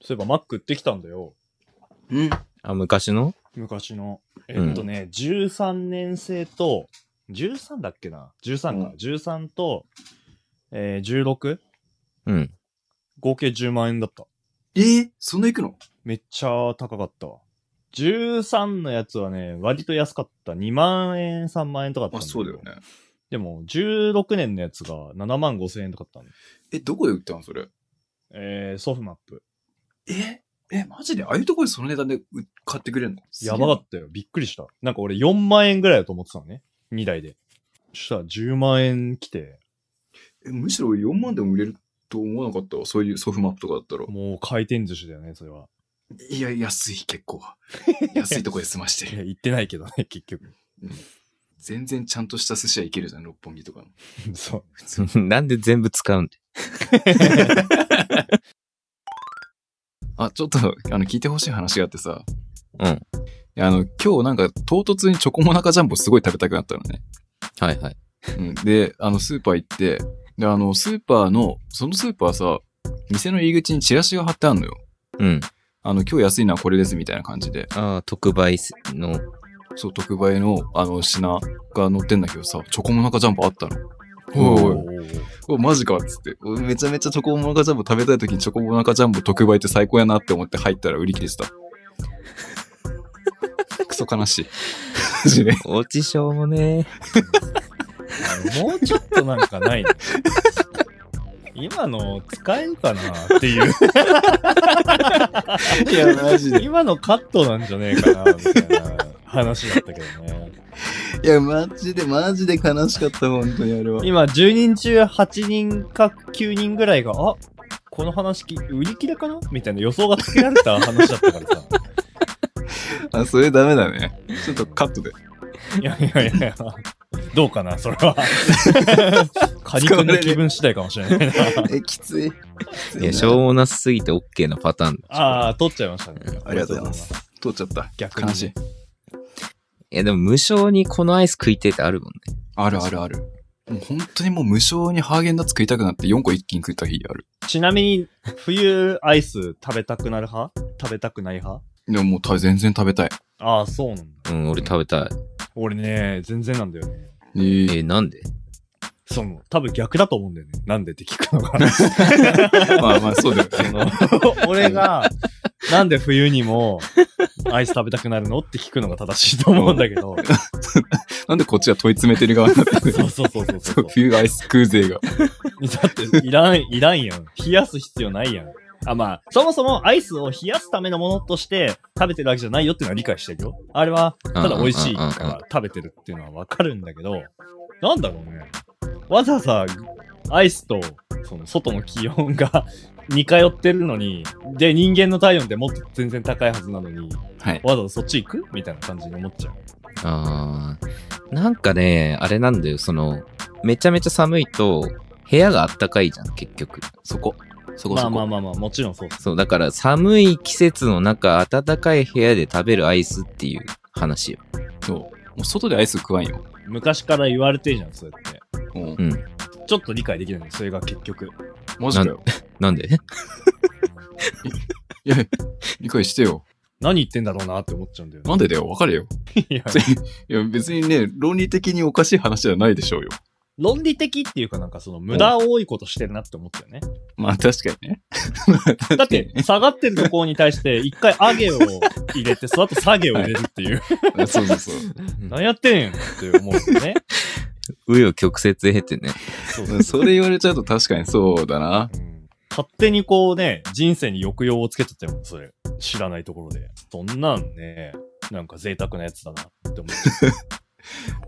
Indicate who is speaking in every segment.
Speaker 1: そういえばマック売ってきたんだよ。
Speaker 2: うん。
Speaker 3: あ、昔の
Speaker 1: 昔の。えっとね、13年生と、13だっけな ?13 か。
Speaker 2: うん
Speaker 1: 13と、えー、16?
Speaker 3: うん。
Speaker 1: 合計10万円だった。
Speaker 2: えー、そんな行くの
Speaker 1: めっちゃ高かったわ。13のやつはね、割と安かった。2万円、3万円とかだったん
Speaker 2: あ、そうだよね。
Speaker 1: でも、16年のやつが7万5千円とかだったの。
Speaker 2: え、どこで売ったのそれ。
Speaker 1: えー、ソフマップ。
Speaker 2: ええ、マジでああいうところでその値段で売買ってくれるの
Speaker 1: やばかったよ。びっくりした。なんか俺4万円ぐらいだと思ってたのね。2台で。そしたら10万円来て、
Speaker 2: えむしろ4万でも売れると思わなかったわそういうソフマップとかだったら。
Speaker 1: もう回転寿司だよね、それは。
Speaker 2: いや、安い、結 構。安いとこで済まし
Speaker 1: い
Speaker 2: て
Speaker 1: や、
Speaker 2: る。
Speaker 1: 言ってないけどね、 結局。
Speaker 2: 全然ちゃんとした寿司はいけるじゃん、六本木とかの。
Speaker 1: そう。
Speaker 2: 普通に
Speaker 3: なんで全部使うんだよ
Speaker 2: あ、ちょっと、あの、聞いてほしい話があってさ。
Speaker 3: うん
Speaker 2: いや。あの、今日なんか唐突にチョコモナカジャンボすごい食べたくなったのね。
Speaker 3: はいはい。
Speaker 2: うん、で、あの、スーパー行って、で、あの、スーパーの、そのスーパーさ、店の入り口にチラシが貼ってあるのよ。
Speaker 3: うん。
Speaker 2: あの、今日安いのはこれですみたいな感じで、
Speaker 3: ああ、特売の。
Speaker 2: そう、特売の、あの、品が載ってんだけどさ、チョコモナカジャンボあったの。
Speaker 3: お
Speaker 2: おいおいマジかっつって。おいめちゃめちゃチョコモナカジャンボ食べたい時にチョコモナカジャンボ特売って最高やなって思って入ったら売り切れて た。クソ悲しい。マジで。
Speaker 3: おちしょうもね
Speaker 1: あのもうちょっとなんかない の今の使えるかなっていう。
Speaker 2: いや、マジで。
Speaker 1: 今のカットなんじゃねえかな、みたいな話だったけどね。
Speaker 2: いや、マジで、マジで悲しかった、本当にあれは。
Speaker 1: 今、10人中8人か9人ぐらいが、あこの話き、売り切れかなみたいな予想がつけられ た話だったからさ。
Speaker 2: あ、それダメだね。ちょっとカットで。
Speaker 1: いやいやいや、どうかな、それ は。カニ君の気分次第かもしれないな。
Speaker 2: え、きつい。
Speaker 3: いや、しょうもなさすぎて OK なパターンだ。
Speaker 1: ああ、取っちゃいましたね。
Speaker 2: ありがとうございます。通っちゃった。
Speaker 1: 逆にね
Speaker 2: 悲しい。
Speaker 3: いや、でも無償にこのアイス食いてえってあるもんね。
Speaker 2: あるあるある。もう本当にもう無償にハーゲンダッツ食いたくなって4個一気に食った日ある。
Speaker 1: ちなみに、冬アイス食べたくなる派食べたくない派
Speaker 2: でももうた全然食べたい。
Speaker 1: ああ、そうなんだ。
Speaker 3: うん、俺食べたい。
Speaker 1: 俺ね、全然なんだよね。
Speaker 2: え
Speaker 3: え
Speaker 2: ー
Speaker 3: ーなんで
Speaker 1: その、多分逆だと思うんだよね。なんでって聞くのが。
Speaker 2: まあまあそうだよ ね。
Speaker 1: 俺が、なんで冬にもアイス食べたくなるのって聞くのが正しいと思うんだけど。
Speaker 2: なんでこっちは問い詰めてる側になってる
Speaker 1: そうそうそうそう
Speaker 2: そ
Speaker 1: そう
Speaker 2: う。冬アイス食う勢が。
Speaker 1: だって、いらん、いらんやん。冷やす必要ないやん。あ、まあ、そもそもアイスを冷やすためのものとして食べてるわけじゃないよっていうのは理解してるよ。あれは、ただ美味しいか
Speaker 3: うんうんうん
Speaker 1: ら食べてるっていうのはわかるんだけど、なんだろうね。わざわざアイスと、その外の気温が 似通ってるのに、で、人間の体温ってもっと全然高いはずなのに、
Speaker 2: はい。
Speaker 1: わざわざそっち行くみたいな感じに思っちゃう。
Speaker 3: ああ。なんかね、あれなんだよ、その、めちゃめちゃ寒いと、部屋があったかいじゃん、結局。
Speaker 2: そこ。そこそこ。
Speaker 1: まあまあまあまあ、もちろんそうです。
Speaker 3: そう、だから寒い季節の中、暖かい部屋で食べるアイスっていう話よ。
Speaker 2: そう。もう外でアイス食わんよ。
Speaker 1: 昔から言われてるじゃん、そうやって。
Speaker 2: うん
Speaker 3: う。ん。
Speaker 1: ちょっと理解できないの、それが結局。
Speaker 2: マジだよ。
Speaker 3: なんで
Speaker 2: いや、理解してよ。
Speaker 1: 何言ってんだろうなって思っちゃうんだよね。
Speaker 2: なんでだよ。わかるよ。
Speaker 1: いや
Speaker 2: いや、別にね、論理的におかしい話じゃないでしょうよ。
Speaker 1: 論理的っていうかなんかその無駄多いことしてるなって思ったよね。
Speaker 2: まあ確かにね。
Speaker 1: だって下がってるところに対して一回上げを入れて、その後下げを入れるっていう。
Speaker 2: そうそうそう。
Speaker 1: 何やってんって思うよね。
Speaker 3: 紆余曲折経てね。
Speaker 1: そう
Speaker 2: うん それ言われちゃうと確かにそうだな。
Speaker 1: うん勝手にこうね、人生に抑揚をつけてたよ、それ。知らないところで。そんなんね、なんか贅沢なやつだなって思って。
Speaker 2: い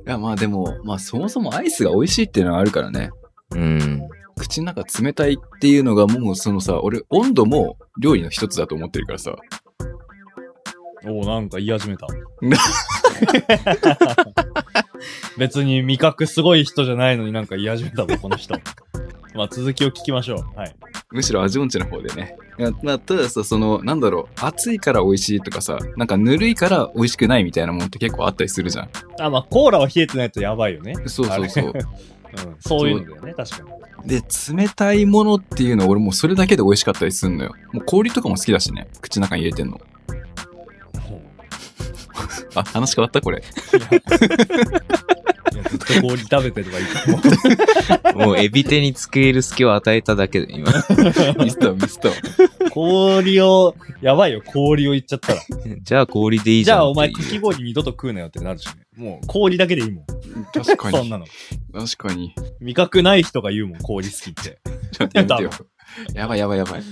Speaker 2: やまあでも、まあそもそもアイスが美味しいっていうのはあるからね。
Speaker 3: うん。
Speaker 2: 口の中冷たいっていうのがもうそのさ、俺温度も料理の一つだと思ってるからさ。
Speaker 1: おおなんか言い始 めた
Speaker 2: な。
Speaker 1: 別に味覚すごい人じゃないのになんか言い始めたぞ、この人。まあ続きを聞きましょう。はい。
Speaker 2: むしろ味音痴の方でね。いやまあたださ、その、なんだろう、暑いから美味しいとかさ、なんかぬるいから美味しくないみたいなものって結構あったりするじゃん。
Speaker 1: あ、まあコーラは冷えてないとやばいよね。
Speaker 2: そうそうそう。
Speaker 1: うん、そういうのだよね、確かに。
Speaker 2: で、冷たいものっていうのは俺もうそれだけで美味しかったりすんのよ。もう氷とかも好きだしね。口の中に入れてんの。あ、話変わったこれ。
Speaker 1: いやずっと氷食べてればいいと思う。
Speaker 3: もうエビ手につけ入る隙を与えただけで、今。
Speaker 2: ミスったわミス ったわ。
Speaker 1: 氷を、やばいよ、氷を言っちゃったら。
Speaker 3: じゃあ氷でいい
Speaker 1: じ
Speaker 3: じゃん
Speaker 1: ゃあお前、
Speaker 3: って
Speaker 1: か
Speaker 3: いう
Speaker 1: き氷二度と食うなよってなるしね。もう氷だけでいいもん。
Speaker 2: 確か
Speaker 1: そん
Speaker 2: に。
Speaker 1: なの。
Speaker 2: 確かに。
Speaker 1: 味覚ない人が言うもん、氷好きって。
Speaker 2: ちょっとやめてよ。やばいやばいやばい。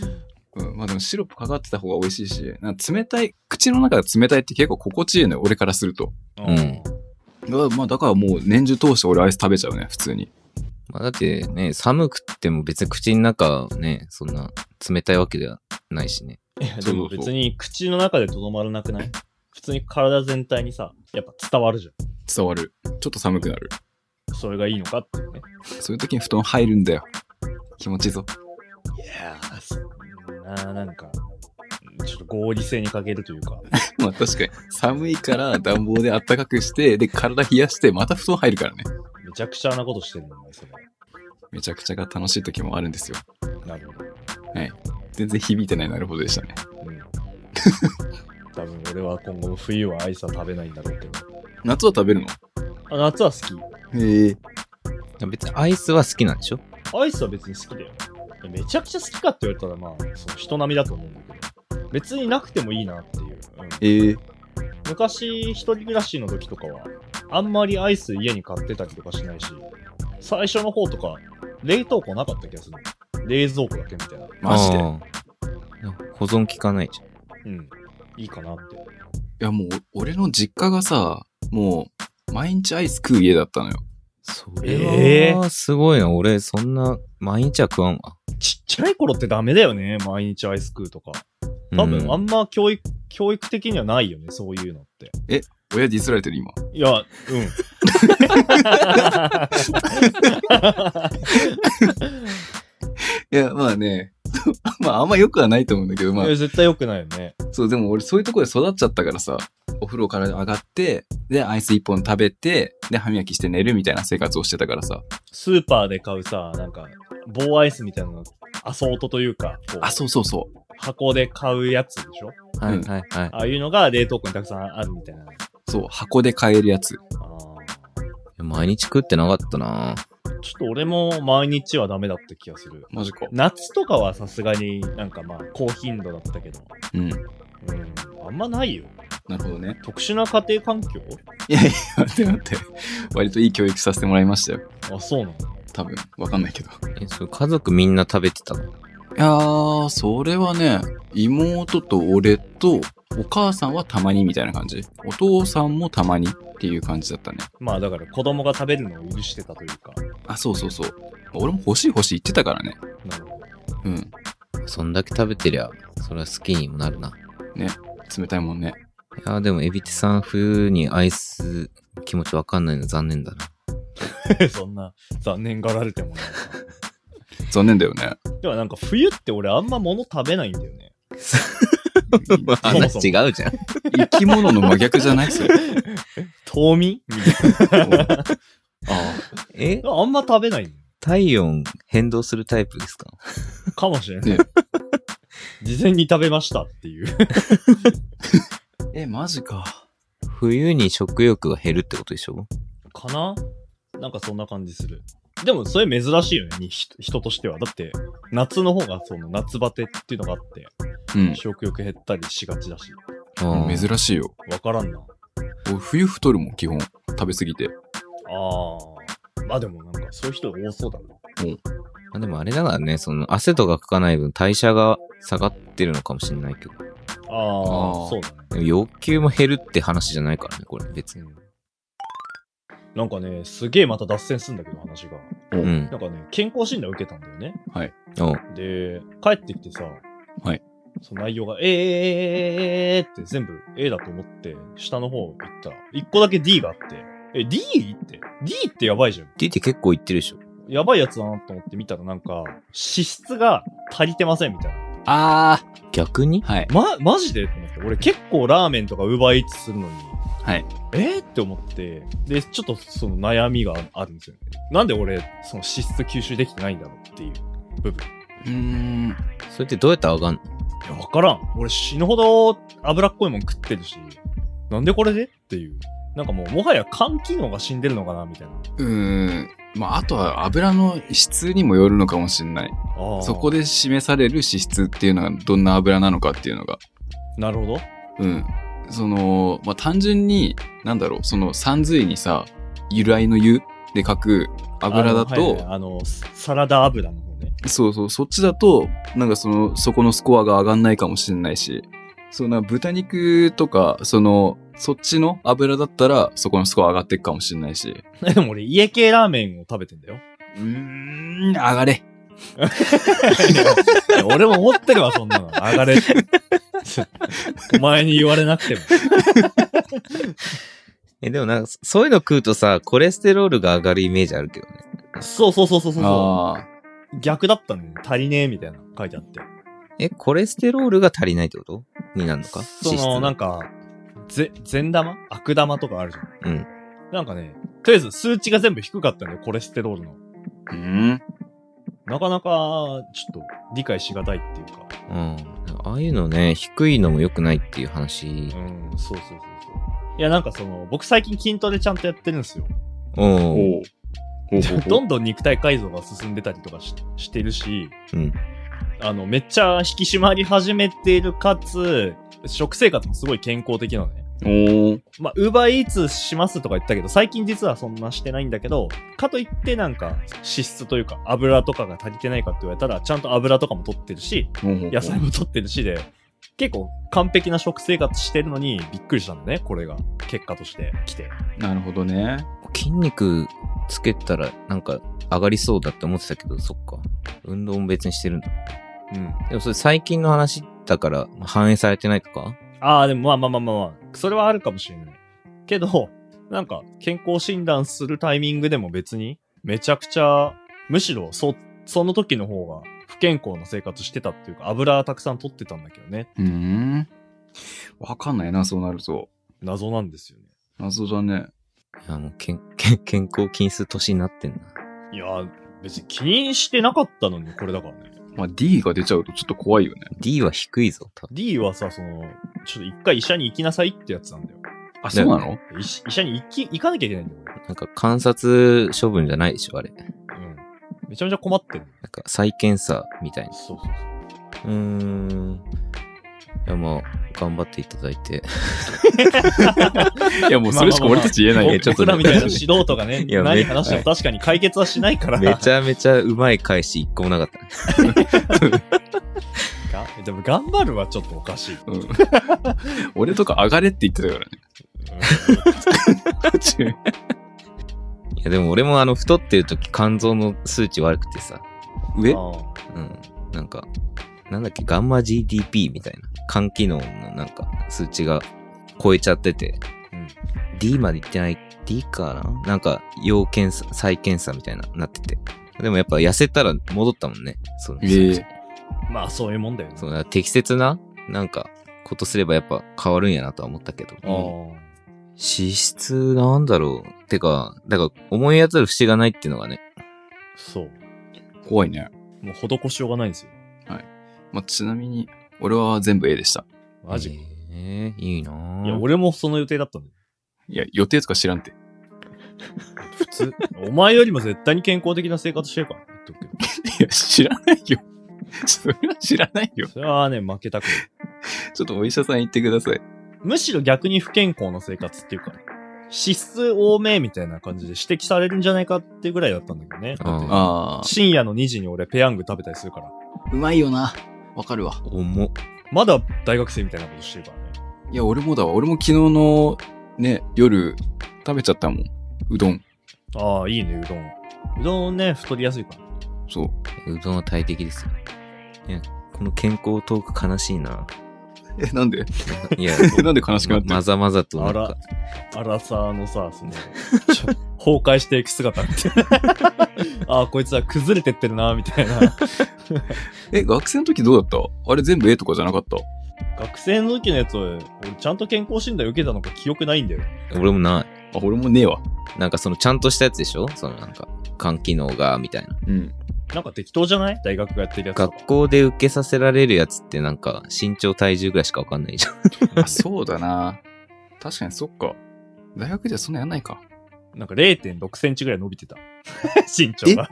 Speaker 2: うん、まあでもシロップかかってた方が美味しいし、なんか冷たい、口の中が冷たいって結構心地いいのよ、俺からすると。
Speaker 1: うん
Speaker 2: だからまあだからもう年中通して俺アイス食べちゃうね、普通に。
Speaker 3: まあ、だってね、寒くっても別に口の中ね、そんな冷たいわけではないしね。
Speaker 1: いや、
Speaker 2: そ
Speaker 1: で
Speaker 2: うそ
Speaker 1: も
Speaker 2: うそう
Speaker 1: 別に口の中でとどまらなくない普通に体全体にさ、やっぱ伝わるじゃ
Speaker 2: 伝わる。ちょっと寒くなる。
Speaker 1: ん。それがいいのかっていうね。
Speaker 2: そういう時に布団入るんだよ。気持ちいいぞ。
Speaker 1: いやー、そんな、なんか、ちょっと合理性に欠けるというか。
Speaker 2: まあ確かに。寒いから暖房で暖かくして、で体冷やして、また布団入るからね。
Speaker 1: めちゃくちゃなことしてるんだね、それ。
Speaker 2: めちゃくちゃが楽しい時もあるんですよ。
Speaker 1: なるほど。
Speaker 2: 全然響いてないなるほどでしたね。
Speaker 1: うん。多分俺は今後冬はアイスは食べないんだろうけど。
Speaker 2: 夏は食べるの
Speaker 1: あ夏は好
Speaker 2: へえ。
Speaker 3: 別にアイスは好きなんでしょ
Speaker 1: き。アイスは別に好きだよ。めちゃくちゃ好きかって言われたらまあ、その人並みだと思うんだけど。別になくてもいいなっていう。うん
Speaker 2: ええ。
Speaker 1: 昔、一人暮らしの時とかは、あんまりアイス家に買ってたりとかしないし、最初の方とか、冷凍庫なかった気がする。冷蔵庫だけみたいな。
Speaker 2: マジで。い
Speaker 3: あー保存効かないじゃん。
Speaker 1: うん。いいかなって。
Speaker 2: やもう、俺の実家がさ、もう、毎日アイス食う家だったのよ。
Speaker 3: そ
Speaker 1: れ
Speaker 3: れ
Speaker 1: は
Speaker 3: はすごいな。俺、そんな、毎日は食わんわ。
Speaker 1: ちっちゃい頃ってダメだよね。毎日アイス食うとか。多分、あんま教育、教育的にはないよね。そういうのって。
Speaker 2: 親ディスられてる今。
Speaker 1: い や、うん。
Speaker 2: いや、まあね。 まああんま良くはないと思うんだけど、まあ
Speaker 1: いや、絶対良くないよね。
Speaker 2: そう、でも俺そういうところで育っちゃったからさ、お風呂から上がって、で、アイス一本食べて、で、歯磨きして寝るみたいな生活をしてたからさ。
Speaker 1: スーパーで買うさ、なんか、棒アイスみたいなの、アソートというか、こう
Speaker 2: あ、そうそうそう。
Speaker 1: 箱で買うやつでしょ
Speaker 3: は
Speaker 2: う
Speaker 3: い
Speaker 2: ん
Speaker 3: はいはい。
Speaker 1: ああいうのが冷凍庫にたくさんあるみたいな。
Speaker 2: そう、箱で買えるやつ。
Speaker 1: あー
Speaker 3: 毎日食ってなかったな。
Speaker 1: ちょっと俺も毎日はダメだった気がする。
Speaker 2: マジか。
Speaker 1: 夏とかはさすがになんかまあ高頻度だったけど、
Speaker 2: うん。
Speaker 1: うん、あんまないよ。
Speaker 2: なるほどね。
Speaker 1: 特殊な家庭環境
Speaker 2: いやいや、待って待って。割といい教育させてもらいましたよ。
Speaker 1: あ、そうなの
Speaker 2: 多分。わかんないけど。
Speaker 3: え、それ家族みんな食べてたの
Speaker 2: いやー、それはね、妹と俺と、お母さんはたまにみたいな感じ。お父さんもたまにっていう感じだったね。
Speaker 1: まあだから子供が食べるのを許してたというか。
Speaker 2: あ、そうそうそう。俺も欲しい欲しい言ってたからね。
Speaker 1: なるほど。
Speaker 2: うん。
Speaker 3: そんだけ食べてりゃ、それは好きにもなるな。
Speaker 2: 冷たいもんね。
Speaker 3: いやーでも、エビテさん、冬にアイス気持ちわかんないの残念だ な。
Speaker 1: そんな残念がられてもなんか。
Speaker 2: 残念だよ ね。
Speaker 1: でもなんか冬って俺あんま物食べないんだよね。
Speaker 3: 話違うじゃん。
Speaker 2: 生き物の真逆じゃないそ れ。
Speaker 1: 冬眠みたい
Speaker 2: ああ。
Speaker 3: え
Speaker 1: なあんま食べないの
Speaker 3: 体温変動するタイプですか
Speaker 1: かもしれない。
Speaker 2: ね
Speaker 1: 事前に食べましたっていう。
Speaker 2: え、マジか。
Speaker 3: 冬に食欲が減るってことでしょ
Speaker 1: かななんかそんな感じする。でもそれ珍しいよね、に人人としては。だって、夏の方がその夏バテっていうのがあって、
Speaker 2: うん。
Speaker 1: 食欲減ったりしがちだし、
Speaker 3: あー
Speaker 2: 珍しいよ。
Speaker 1: わからんな。
Speaker 2: 俺冬太るもん、基本。食べ過ぎて。
Speaker 1: あー。まあでもなんかそういう人多そうだな。
Speaker 3: まあでもあれだからね、その汗とかかかない分代謝が下がってるのかもしれないけど。
Speaker 1: あー、
Speaker 2: あー
Speaker 1: そうだね。
Speaker 3: でも欲求も減るって話じゃないからね、これ別に。
Speaker 1: なんかね、すげえまた脱線すんだけど話が。
Speaker 2: うん
Speaker 3: うん
Speaker 1: な。んかね、健康診断受けたんだよね。
Speaker 3: お
Speaker 1: で、帰ってきてさ、
Speaker 2: はい。
Speaker 1: その内容が、えーえーえーえーえーって全部 A だと思って、下の方行ったら、一個だけ D があって、え、D? って。D ってやばいじゃん。
Speaker 3: ディって結構言ってるでしょ。
Speaker 1: やばいやつだなと思って見たらなんか、脂質が足りてませんみたいな。
Speaker 2: あ
Speaker 3: 逆に
Speaker 2: あ。はい。
Speaker 1: ま、マジでと思って。俺結構ラーメンとかウーバーイーツするのに、
Speaker 2: はい。
Speaker 1: えーって思って、で、ちょっとその悩みがあるんですよね。なんで俺、その脂質吸収できてないんだろうっていう部分。
Speaker 2: うーん。
Speaker 3: それってどうやったら上がんの
Speaker 1: いや、わからん。俺死ぬほど脂っこいもん食ってるし、なんでこれでっていう。なんかもう、もはや肝機能が死んでるのかなみたいな。
Speaker 2: うーん。まあ、あとは油の質にもよるのかもしれない。
Speaker 1: あー
Speaker 2: そこ。で示される脂質っていうのがどんな油なのかっていうのが。
Speaker 1: なるほど。
Speaker 2: うん。その、まあ、単純に、なんだろう、その、三髄にさ、由来の湯で書く油だと、
Speaker 1: あの,はいはい、あのササラダ油の方ね。
Speaker 2: そうそう、そっちだと、なんかその、そこのスコアが上がんないかもしれないし、そんな豚肉とか、その、そっちの油だったら、そこのスコア上がっていくかもしれないし。
Speaker 1: でも俺、家系ラーメンを食べてんだよ。
Speaker 2: うーん、上がれ。
Speaker 1: いや俺も思ってる わ、そんなの。上がれって。お前に言われなくても。
Speaker 3: え、でもなんか、そそういうの食うとさ、コレステロールが上がるイメージあるけどね。
Speaker 1: そうそうそうそうそうそ
Speaker 2: ああ。
Speaker 1: う。逆だったのに足りねえみたいなの書いてあって。
Speaker 3: え、コレステロールが足りないってことになるのか
Speaker 1: その、なん
Speaker 3: か。
Speaker 1: か、ぜ、善玉悪玉とかあるじゃん。
Speaker 3: うん。
Speaker 1: なんかね、とりあえず数値が全部低かったんだよ、コレステロールの。
Speaker 2: うん。
Speaker 1: なかなか、ちょっと理解しがたいっていうか。
Speaker 3: うん。ああいうのね、低いのも良くないっていう話
Speaker 1: う。ん、そうそうそうそう。いや、なんかその、僕最近筋トレちゃんとやってるんですよ。
Speaker 3: う
Speaker 2: う。
Speaker 3: ん。
Speaker 2: ほうほうほ
Speaker 1: どんどん肉体改造が進んでたりとかししてるし、
Speaker 3: うん
Speaker 1: あの、めっちゃ引き締まり始めているかつ、食生活もすごい健康的なのね。
Speaker 2: うおー
Speaker 1: まあ、ウーバーイーツしますとか言ったけど、最近実はそんなしてないんだけど、かといってなんか脂質というか油とかが足りてないかって言われたら、ちゃんと油とかも取ってるし、
Speaker 2: ほうほうほう
Speaker 1: 野菜も取ってるしで、結構完璧な食生活してるのにびっくりしたんだね、これが。結果として来て。
Speaker 2: なるほどね。
Speaker 3: 筋肉つけたら、なんか、上がりそうだって思ってたけど、そっか。運動も別にしてるんだ。
Speaker 1: うん。
Speaker 3: でもそれ最近の話だから、反映されてないとか
Speaker 1: ああ、でもまあまあまあまあ、まあ、それはあるかもしれない。けど、なんか、健康診断するタイミングでも別に、めちゃくちゃ、むしろ、そ、その時の方が、不健康な生活してたっていうか、油たくさん取ってたんだけどね。
Speaker 2: うーん。わかんないな、そうなると。
Speaker 1: 謎なんですよね。
Speaker 2: 謎だね。
Speaker 3: いや、もう、けんけん健康禁止年になってんな。
Speaker 1: いやー、別に気にしてなかったのに、これだからね。
Speaker 2: まあ、D が出ちゃうとちょっと怖いよね。
Speaker 3: D は低いぞ、多分
Speaker 1: D はさ、その、ちょっと一回医者に行きなさいってやつなんだよ。
Speaker 2: あ、
Speaker 3: そうなの
Speaker 1: 医師医者に行き、行かなきゃいけないんだよ、
Speaker 3: なんか観察処分じゃないでしょ、あれ。なん
Speaker 1: 俺うん。めちゃめちゃ困ってる。
Speaker 3: か再検査みたいな。
Speaker 1: そうそうそう
Speaker 3: うーん。いや、まあ、頑張っていただい て。
Speaker 2: いや、もうそれしか俺たち言えない
Speaker 3: や
Speaker 2: よ。
Speaker 1: 僕
Speaker 3: ちょっと
Speaker 1: 僕
Speaker 3: ね
Speaker 1: らみたいな素人がね、
Speaker 3: いや
Speaker 1: 何
Speaker 3: め
Speaker 1: 話しても確かに解決はしないから。
Speaker 3: めちゃめちゃうまい返し一個もなかったね。
Speaker 1: がでも頑張るはちょっとおかしい。うん
Speaker 2: うん 俺とか上がれって言ってたからね。
Speaker 3: いや、でも俺もあの、太ってる時肝臓の数値悪くてさ。
Speaker 2: 上
Speaker 1: あ
Speaker 3: うん。なんか、なんだっけ、ガンマ GDP みたいな。肝機能のなんか、数値が超えちゃってて。
Speaker 1: うん。
Speaker 3: D までいってない、D かななんか、要検査、再検査みたいな、なってて。でもやっぱ痩せたら戻ったもんね。その数値
Speaker 2: ええ
Speaker 1: まあそういうもんだよね。
Speaker 3: そうだ適切な、なんか、ことすればやっぱ変わるんやなとは思ったけど。
Speaker 1: あー
Speaker 3: 脂質なんだろう。てか、だから思い当たる節がないっていうのがね。
Speaker 1: そう。
Speaker 2: 怖いね。
Speaker 1: もう施しようがないんですよ。
Speaker 2: まあ、ちなみに、俺は全部 A でした。
Speaker 1: マジか。
Speaker 3: えー、いいなぁ
Speaker 1: いや、俺もその予定だったんだよ。
Speaker 2: いや、予定とか知らんて。
Speaker 1: 普通。 お前よりも絶対に健康的な生活してるから。言っとくけ
Speaker 2: いや、知らないよ。 それは知らないよ
Speaker 1: ど。それはね、負けたくない。
Speaker 2: ちょっとお医者さん行ってください。
Speaker 1: むしろ逆に不健康な生活っていうか、脂質多めみたいな感じで指摘されるんじゃないかってぐらいだったんだけどね。だって
Speaker 2: あ
Speaker 3: あ
Speaker 2: あ。
Speaker 1: 深夜の2時に俺ペヤング食べたりするから。
Speaker 2: うまいよな。わかるわ。
Speaker 3: 重っ。
Speaker 1: まだ大学生みたいなことしてるからね。
Speaker 2: いや、俺もだわ。俺も昨日の、ね、夜、食べちゃったもん。うどん。
Speaker 1: ああ、いいね、うどん。うどんね、太りやすいから。
Speaker 2: そう。
Speaker 3: うどんは大敵ですよ。いや、この健康トーク悲しいな
Speaker 2: え、なんで
Speaker 3: いや、
Speaker 2: なんで悲しくなってる
Speaker 3: ままざまざとなん
Speaker 1: あ、
Speaker 3: から
Speaker 1: アラサーのさ、その、 ちょ崩壊していく姿みたいな。ああ、こいつは崩れてってるな、みたいな。
Speaker 2: え、学生の時どうだったあれ全部 A とかじゃなかった
Speaker 1: 学生の時のやつを、俺ちゃんと健康診断受けたのか記憶ないんだよ。
Speaker 3: 俺もな
Speaker 2: あ、俺もねえわ。
Speaker 3: い。なんかそのちゃんとしたやつでしょそのなんか、肝機能が、みたいな。
Speaker 2: うん。
Speaker 1: なんか適当じゃない大学がやってるやつとか
Speaker 3: 学校で受けさせられるやつってなんか身長体重ぐらいしかわかんないじ ゃん。
Speaker 2: あ、そうだな。確かにそっか。大学じゃそんなやんないか。
Speaker 1: なんか0.6センチぐらい伸びて た。身長が。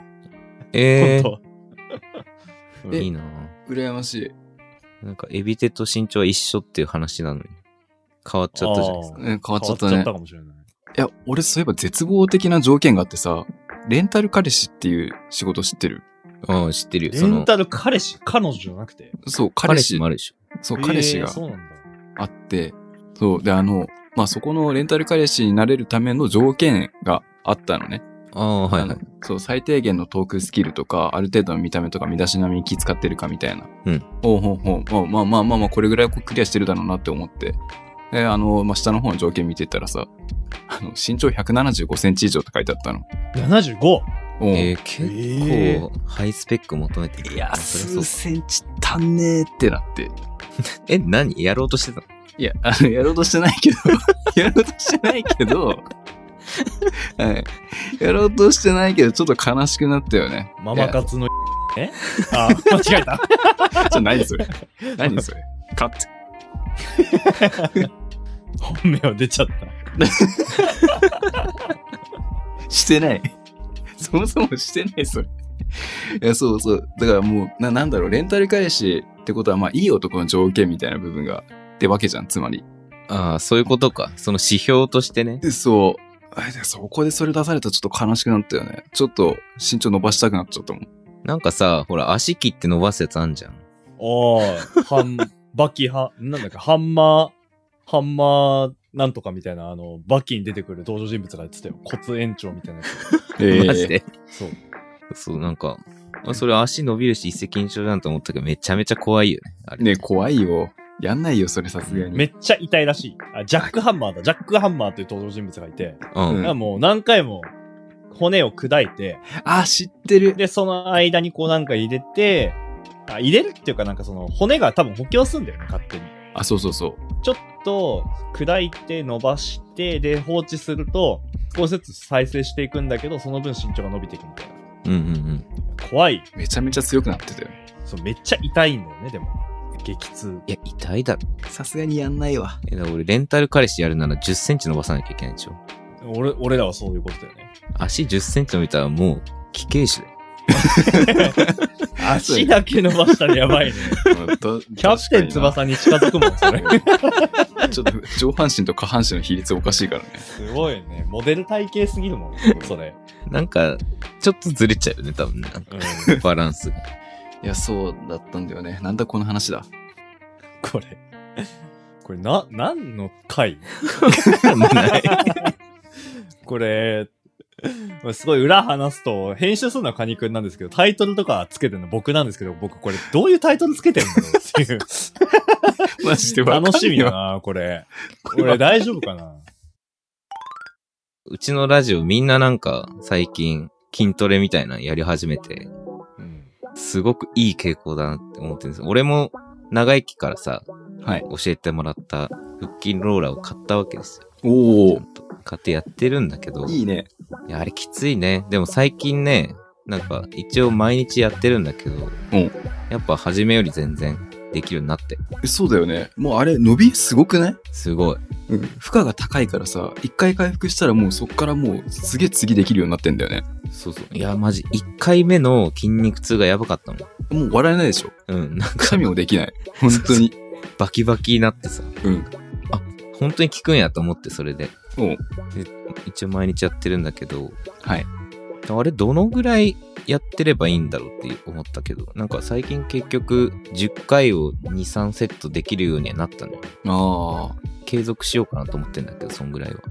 Speaker 3: え
Speaker 1: 本当。
Speaker 3: え
Speaker 2: え
Speaker 3: いいな
Speaker 2: 羨ましい。
Speaker 3: なんかエビテと身長は一緒っていう話なのに。変わっちゃったじゃないですか。
Speaker 1: あー
Speaker 2: うん、変わっ
Speaker 1: 変
Speaker 2: ちゃ
Speaker 1: わ
Speaker 2: っ
Speaker 1: っちゃ
Speaker 2: た
Speaker 1: っ
Speaker 2: ね
Speaker 1: た。かもしれない。
Speaker 2: いや、俺そういえば絶望的な条件があってさ、レンタル彼氏っていう仕事知ってる
Speaker 3: うん、知ってるよ。
Speaker 1: レ
Speaker 3: そ
Speaker 1: ン
Speaker 3: の、
Speaker 1: タル彼氏、彼女じゃなくて。
Speaker 2: そう、彼
Speaker 3: 彼
Speaker 2: 氏
Speaker 3: 氏も、あるでしょ。
Speaker 2: そう、彼氏
Speaker 1: えー
Speaker 2: が
Speaker 1: そうなんだ。
Speaker 2: あって、そう、で、あの、まあ、そこのレンタル彼氏になれるための条件があったのね。
Speaker 3: ああ、はいは
Speaker 2: あ
Speaker 3: い
Speaker 2: の。そう、最低限のトークスキルとか、ある程度の見た目とか、身だしなみに気使ってるかみたいな。
Speaker 3: うん
Speaker 2: おうほうほう。まあまあまあまあ、これぐらいクリアしてるだろうなって思って。で、あの、まあ、下の方の条件見てったらさ、あの、身長175センチ以上って書いてあったの。
Speaker 1: 75!
Speaker 2: おう
Speaker 3: えー、結
Speaker 1: え
Speaker 3: 構、ハイスペック求めてる。
Speaker 2: いや、
Speaker 3: そり
Speaker 2: 数
Speaker 3: ゃそう
Speaker 2: センチ足んねえってなって。
Speaker 3: え、何やろうとしてたの
Speaker 2: いや、あの、やろうとしてないけど、 やろうとしてないけど、はい。やろうとしてないけど、ちょっと悲しくなったよね。
Speaker 1: ママ活の、え あ、間違えた。
Speaker 2: じゃ何それ何それカット。
Speaker 1: 本名出ちゃった。
Speaker 2: してない。そもそもしてない、それ。いや、そうそう。だからもう、ななんだろう、レンタル彼氏ってことは、まあ、いい男の条件みたいな部分が、ってわけじゃん、つまり。
Speaker 3: ああ、そういうことか。その指標としてね。
Speaker 2: そう。あでそこでそれ出されたらちょっと悲しくなったよね。ちょっと身長伸ばしたくなっちゃったもん。
Speaker 3: なんかさ、ほら、足切って伸ばすやつあんじゃん。
Speaker 1: おー、ハン、バキハ、なんだっけ、ハンマー、ハンマー、なんとかみたいな、あの、バキに出てくる登場人物が言ってたよ。骨延長みたいなや
Speaker 2: え
Speaker 3: マジで。
Speaker 1: つ。そう。
Speaker 3: そう、なんか、あそれ足伸びるし一石二鳥だなと思ったけど、めちゃめちゃ怖いよね。あれ
Speaker 2: ねえ怖いよ。やんないよ、それさすが
Speaker 1: め
Speaker 2: に。
Speaker 1: っちゃ痛いらしい。あ、ジャックハンマーだ。ジャックハンマーという登場人物がいて、
Speaker 2: う
Speaker 3: う。
Speaker 2: ん
Speaker 1: なんかもう何回も骨を砕いて、
Speaker 2: あ、知ってる。
Speaker 1: で、その間にこうなんか入れて、あ入れるっていうかなんかその骨が多分補強するんだよね、勝手に。
Speaker 2: あ、そうそうそう。
Speaker 1: ちょっと砕いて伸ばして、で、放置すると、少しずつ再生していくんだけど、その分身長が伸びていくみたいな。
Speaker 3: うんうん
Speaker 1: 怖い。
Speaker 2: めちゃめちゃ強くなってたよ。
Speaker 1: そうめっちゃ痛いんだよね、でも。激痛。
Speaker 3: いや、痛いだろ。
Speaker 2: さすがにやんないわ。
Speaker 3: え、だから俺、レンタル彼氏やるなら10センチ伸ばさなきゃいけないでしょ。
Speaker 1: 俺、俺らはそういうことだよね。
Speaker 3: 足10センチ伸びたらもう、危険種だよ。
Speaker 1: 足だけ伸ばしたらやば いね。キ
Speaker 2: キ
Speaker 1: ャプテン翼に近づくもん、それ。
Speaker 2: ちょっと上半身と下半身の比率おかしいからね。
Speaker 1: すごいね。モデル体型すぎるもん、それ。
Speaker 3: なんか、ちょっとずれちゃうよね、多分ね。なんか
Speaker 1: うん。
Speaker 3: バランスが。
Speaker 2: いや、そうだったんだよね。なんだこの 話だ。
Speaker 1: これ。これな、何の回
Speaker 3: ない
Speaker 1: これ、すごい裏話すと、編集するのはカニくんなんですけど、タイトルとかつけてるの僕なんですけど、僕これどういうタイトルつけてるんだろうっていう。
Speaker 2: マジでわかんねえわ
Speaker 1: 楽しみだな、これ。これ大丈夫かな
Speaker 3: うちのラジオみんななんか、最近、筋トレみたいなのやり始めて、
Speaker 1: うん。
Speaker 3: すごくいい傾向だなって思ってるんです。俺も、長生きからさ、
Speaker 2: はい。
Speaker 3: 教えてもらった腹筋ローラーを買ったわけですよ。
Speaker 2: お
Speaker 3: ちゃんと買ってやってるんだけど、い
Speaker 2: いね。
Speaker 3: や、あれきついね。でも最近ね、なんか一応毎日やってるんだけど、
Speaker 2: うん
Speaker 3: やっぱ初めより全然できるようになって、
Speaker 2: そうだよね。もうあれ、伸びすごくない
Speaker 3: すごい。
Speaker 2: うん。負荷が高いからさ、一回回復したらもうそっからもうすげえ次できるようになってんだよね。
Speaker 3: そうそう。いや、マジ、1回目の筋肉痛がやばかったもん。
Speaker 2: もう笑えないでしょ。
Speaker 3: うん、なんか
Speaker 2: 神もできない。本当に。
Speaker 3: バキバキになってさ、
Speaker 2: うん。
Speaker 3: 本当に効くんやと思って、それで。
Speaker 2: おう
Speaker 3: 一応毎日やってるんだけど、
Speaker 2: はい。
Speaker 3: あれ、どのぐらいやってればいいんだろうって思ったけど、なんか最近結局、10回を2、3セットできるようにはなったのよ。
Speaker 2: ああ。
Speaker 3: 継続しようかなと思ってんだけど、そんぐらいは。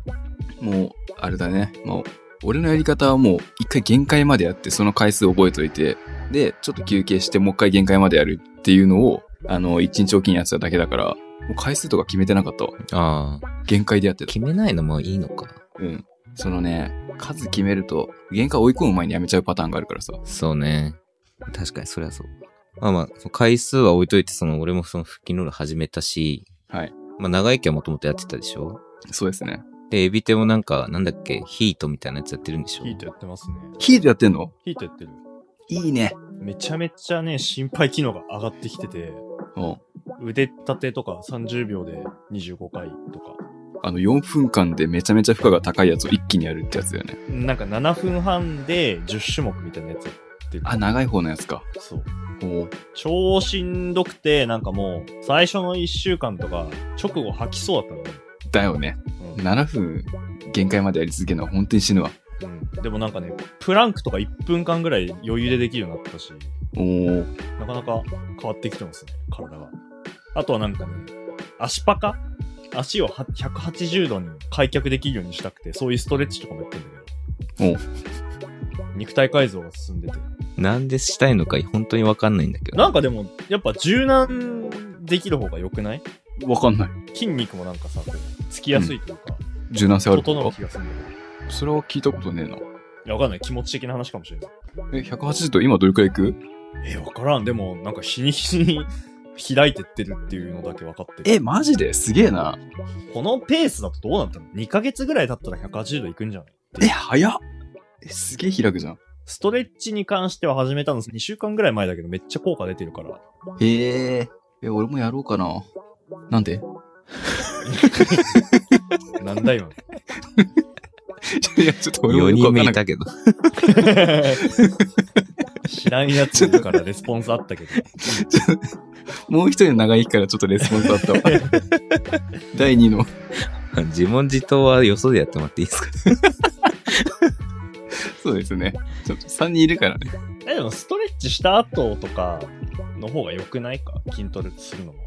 Speaker 2: もう、あれだね。もう、俺のやり方はもう、一回限界までやって、その回数覚えといて、で、ちょっと休憩して、もう一回限界までやるっていうのを、あの、一日おきにやってただけだから、もう回数とか決めてなかったわ。
Speaker 3: ああ、
Speaker 2: 限界でやってた。
Speaker 3: 決めないのもいいのか。
Speaker 2: うん。そのね、数決めると、限界追い込む前にやめちゃうパターンがあるからさ。
Speaker 3: そうね。確かに、そりゃそう。まあまあ、その回数は置いといて、その俺もその腹筋ロール始めたし、
Speaker 2: はい。
Speaker 3: まあ長生きはもともとやってたでしょ
Speaker 2: そうですね。
Speaker 3: で、エビテもなんか、なんだっけ、ヒートみたいなやつやってるんでしょ
Speaker 1: ヒートやってますね。
Speaker 2: ヒートやってんの
Speaker 1: ヒートやってる。
Speaker 2: いいね。
Speaker 1: めちゃめちゃね、心肺機能が上がってきてて、
Speaker 2: うん。
Speaker 1: 腕立てとか30秒で25回とか、
Speaker 2: あの、4分間でめちゃめちゃ負荷が高いやつを一気にやるってやつだよね。
Speaker 1: なんか7分半で10種目みたいなやつやってる。
Speaker 2: あ、長い方のやつか。
Speaker 1: そう。
Speaker 2: おー
Speaker 1: 超しんどくて、なんかもう、最初の1週間とか、直後吐きそうだった
Speaker 2: だよね。
Speaker 1: のね。
Speaker 2: 7分限界までやり続けるのは本当に死ぬわ。
Speaker 1: うん。うんでもなんかね、プランクとか1分間ぐらい余裕でできるようになったし、
Speaker 2: おー
Speaker 1: なかなか変わってきてますね、体が。あとはなんかね、足パカ足をは180度に開脚できるようにしたくて、そういうストレッチとかもやってんだけど。肉体改造が進んでて。
Speaker 3: なんでしたいのか本当にわかんないんだけど。
Speaker 1: なんかでも、やっぱ柔軟できる方が良くない
Speaker 2: わかんない。
Speaker 1: 筋肉もなんかさ、こうつきやすいというか、
Speaker 2: 柔軟性ある
Speaker 1: 整
Speaker 2: の
Speaker 1: う
Speaker 2: か
Speaker 1: 気がするんだけど。
Speaker 2: それは聞いたことねえな。
Speaker 1: いや、わかんない。気持ち的な話かもしれない。
Speaker 2: え、180度今どれくらいいく
Speaker 1: えー、わからん。でも、なんか日に日に開いてってるっていうのだけ分かってる。
Speaker 2: え、マジですげえな。
Speaker 1: このペースだとどうなったの ?2 ヶ月ぐらい経ったら180度いくんじゃない
Speaker 2: え、早っ。え、すげえ開くじゃん。
Speaker 1: ストレッチに関しては始めたの2週間ぐらい前だけどめっちゃ効果出てるから。
Speaker 2: へえ。え、俺もやろうかな。なんで
Speaker 1: なんだ今の。
Speaker 2: いや、ちょっと俺もよく
Speaker 3: 4人
Speaker 2: わか
Speaker 3: 目
Speaker 2: ん
Speaker 3: い
Speaker 2: ない。
Speaker 3: たけど。
Speaker 1: 知らんやつからレスポンスあったけど。
Speaker 2: もう一人の長生きからちょっとレスポンスあ ったわ。第2の。
Speaker 3: 自問自答はよそでやってもらっていいですか
Speaker 2: そうですね。ちょっと3人いるからね。
Speaker 1: え、でもストレッチした後とかの方が良くないか筋トレするのも。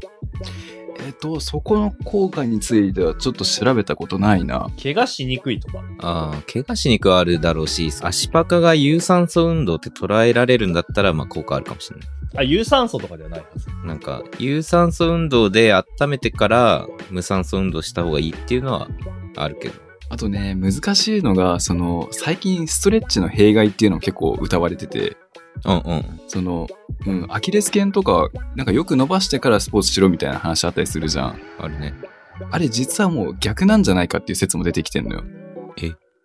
Speaker 2: えっと、そこの効果についてはちょっと調べたことないな。
Speaker 1: 怪我しにくいとか。
Speaker 3: ああ、怪我しにくはあるだろうし、足パカが有酸素運動って捉えられるんだったら、まあ効果あるかもしれない。
Speaker 1: あ、有酸素とかではないはず。
Speaker 3: なんか、有酸素運動で温めてから無酸素運動した方がいいっていうのはあるけど。
Speaker 2: あとね、難しいのが、その、最近ストレッチの弊害っていうのも結構歌われてて、
Speaker 3: うんうん。
Speaker 2: その、うん、アキレス腱とか、なんかよく伸ばしてからスポーツしろみたいな話あったりするじゃん。
Speaker 3: あるね。
Speaker 2: あれ実はもう逆なんじゃないかっていう説も出てきてんのよ。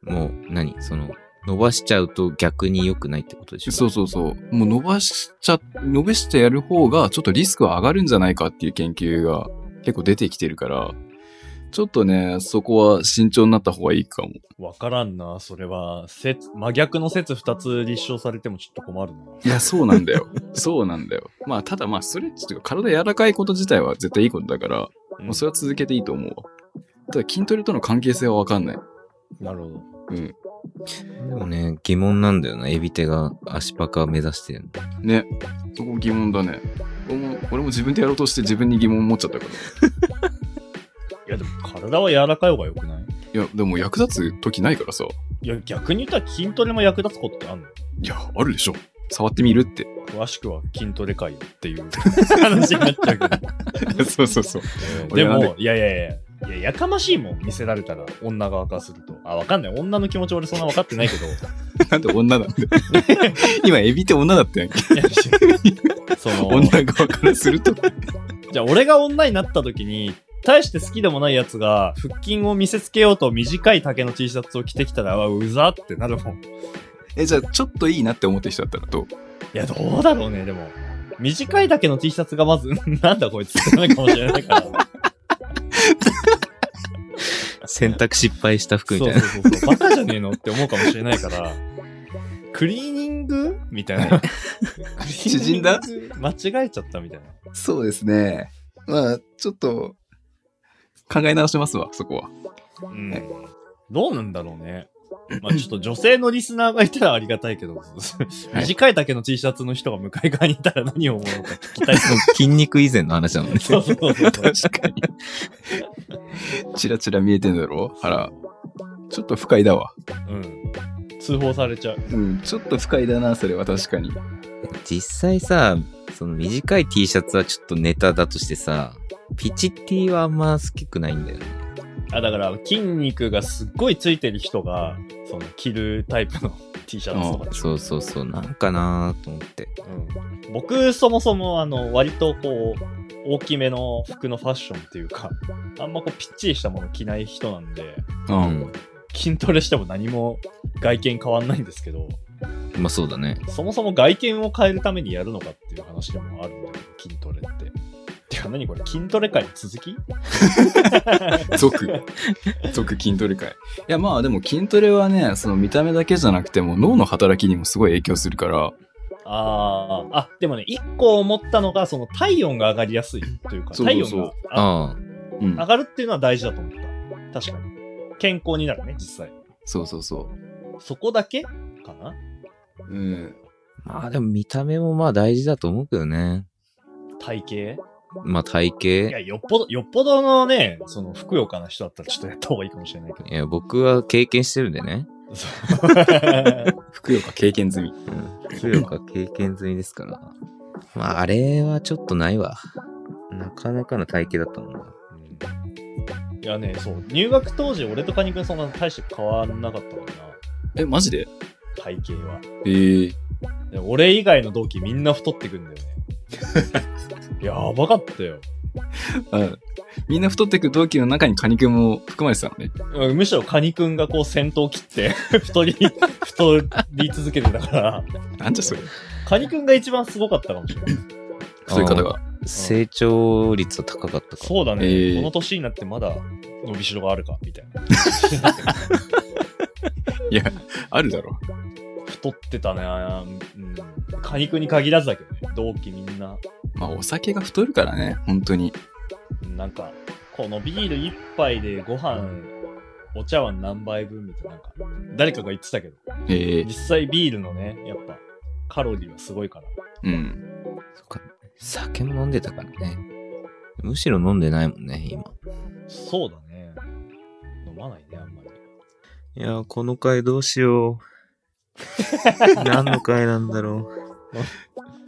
Speaker 3: もう何、その、伸ばしちゃうと逆に良くないってことでしょ
Speaker 2: そうそうそう。もう伸ばしちゃ、伸ばしてやる方がちょっとリスクは上がるんじゃないかっていう研究が結構出てきてるから、ちょっとね、そこは慎重になった方がいいかも。
Speaker 1: わからんな、それは。説、真逆の説2つ立証されてもちょっと困るな。
Speaker 2: いや、そうなんだよ。そうなんだよ。まあ、ただまあ、ストレッチというか体柔らかいこと自体は絶対いいことだから、もうそれは続けていいと思うわ。ただ筋トレとの関係性はわかんない。
Speaker 1: なるほど。
Speaker 2: うん。
Speaker 3: でもね、疑問なんだよな。エビテが足パカを目指してるの。
Speaker 2: ね。そこ疑問だね。俺も、俺も自分でやろうとして自分に疑問持っちゃったから。
Speaker 1: いやでも体は柔らかい方が良くない
Speaker 2: いや、でも役立つ時ないからさ。
Speaker 1: いや、逆に言ったら筋トレも役立つことってあんの
Speaker 2: いや、あるでしょ。触ってみるって。
Speaker 1: 詳しくは筋トレ会っていう話になっちゃうけ ど。
Speaker 2: そうそうそう。
Speaker 1: で
Speaker 2: 俺はね
Speaker 1: も、いやいやいや。いや、やかましいもん、見せられたら、女側からすると。あ、わかんない。女の気持ち俺そんな分かってないけど。
Speaker 2: なんで女なんだ 今、エビって女だったやんけ。
Speaker 1: いやその、
Speaker 2: 女側からすると。
Speaker 1: じゃあ俺が女になった時に、大して好きでもないやつが、腹筋を見せつけようと短い丈の T シャツを着てきたら、あうざってなるもん。い
Speaker 2: え、じゃあ、ちょっといいなって思ってる人だったらどう
Speaker 1: や、どうだろうね、でも。短い丈の T シャツがまず、 なんだこいつってなるかもしれないから。
Speaker 3: 選択失敗した服み たいな。
Speaker 1: そうそうそうそう。バカじゃねえのって思うかもしれないから、クリーニングみたいな。
Speaker 2: 縮んだ
Speaker 1: クリーニング間違えちゃったみたいな。
Speaker 2: そうですね。まあ、ちょっと、考え直しますわ、そこは。
Speaker 1: うん。どうなんだろうね。まあちょっと女性のリスナーがいたらありがたいけ ど、短い丈の T シャツの人が向かい側にいたら何を思うのか聞きたい。
Speaker 3: 筋肉以前の話なのね。
Speaker 1: そうそうそうそう。
Speaker 2: 確 かに。チラチラ見えてんだろ腹。ちょっと不快だわ。
Speaker 1: うん。通報されちゃう。
Speaker 2: うん、ちょっと不快だな、それは確かに。
Speaker 3: 実際さ、その短い T シャツはちょっとネタだとしてさ、ピチ T はあんま好きくないんだよね。
Speaker 1: あ、だから筋肉がすっごいついてる人が、その着るタイプの T T シャツとかでしょ
Speaker 3: そうそうそう、なんかなーと思って。
Speaker 1: うん僕、そもそも、あの、割とこう、大きめの服のファッションっていうか、あんまこう、ぴっちりしたもの着ない人なんで、
Speaker 2: う。
Speaker 3: うんん。
Speaker 1: 筋トレしても何も外見変わんないんですけど、
Speaker 3: まあそうだね。
Speaker 1: そもそも外見を変えるためにやるのかっていう話でもあるんだけど、筋トレって。てか何これ筋トレ界の続き
Speaker 2: 俗。俗筋トレ会。いや、まあでも筋トレはね、その見た目だけじゃなくても脳の働きにもすごい影響するから、
Speaker 1: ああ、あ、でもね、一個思ったのが、その体温が上がりやすいというか、
Speaker 2: そうそう
Speaker 1: 体
Speaker 2: そう
Speaker 1: 温があ
Speaker 3: あ
Speaker 2: うん
Speaker 1: 上。がるっていうのは大事だと思った。確かに。健康になるね、実際。
Speaker 2: そうそうそ
Speaker 1: そこだけかな
Speaker 2: う。うん。
Speaker 3: あ。まあでも見た目もまあ大事だと思うけどね。
Speaker 1: 体型
Speaker 3: まあ体型。
Speaker 1: いや、よっぽど、よっぽどのね、その、ふくよかな人だったらちょっとやった方がいいかもしれないけど
Speaker 3: いや、僕は経験してるんでね。
Speaker 1: そう。
Speaker 2: ふくよか経験済み。
Speaker 3: うん。強か経験済みですから。まあ、あれはちょっとないわ。なかなかの体型だったもんな。
Speaker 1: いやね、そう、入学当時、俺とカニ君そんな大して変わんなかったもんな、
Speaker 2: え、マジで
Speaker 1: 体型は。
Speaker 2: えー、
Speaker 1: で俺以外の同期みんな太ってくんだ よね。やばかったよ。
Speaker 2: うん。みんな太ってく同期の中にカニ君も含まれてたのね。
Speaker 1: うんむしろカニ君がこう先頭を切って太り、太り続けてたから、
Speaker 2: なんじゃそれ。
Speaker 1: カニ君が一番すごかったかもしれない。
Speaker 2: 太い方が。
Speaker 3: 成長率は高かったか。
Speaker 1: そうだね、
Speaker 2: えー
Speaker 1: この年になってまだ伸びしろがあるか、みたい な。
Speaker 2: いや、あるだろ。
Speaker 1: 太ってたね。うん。カニ君に限らずだけどね、同期みんな。
Speaker 2: まあ、お酒が太るからね、本当に。
Speaker 1: なんか、このビール一杯でご飯、お茶碗何杯分みたいな、なんか、誰かが言ってたけど、
Speaker 2: ええ
Speaker 1: 実際ビールのね、やっぱ、カロリーはすごいから。
Speaker 2: うん。
Speaker 3: そっか酒も飲んでたからね。むしろ飲んでないもんね、今。
Speaker 1: そうだね。飲まないね、あんまり。
Speaker 3: いやこの回どうしよう。 何の回なんだろう。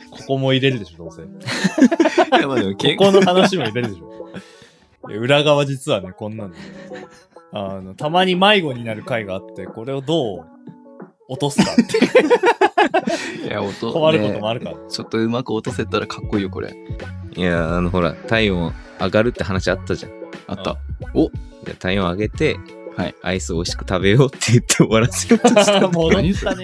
Speaker 1: ここも入れるでしょ、どうせ。こ
Speaker 2: いや、まあでも、けん
Speaker 1: この話も入れるでし ょ。いや裏側実はね、こんなの。あの、たまに迷子になる回があって、これをどう落とすかって
Speaker 2: いや、音、
Speaker 1: 困ることもある
Speaker 2: ね
Speaker 1: から。
Speaker 2: ちょっとうまく落とせたらかっこいいよ、これ。
Speaker 3: いやあの、ほら、体温上がるって話あったじゃん。
Speaker 2: あ った。
Speaker 3: じゃあ体温上げて、
Speaker 2: はい
Speaker 3: アイス美味しく食べようって言って終わらせようとしたんだけど。
Speaker 1: 戻ったね。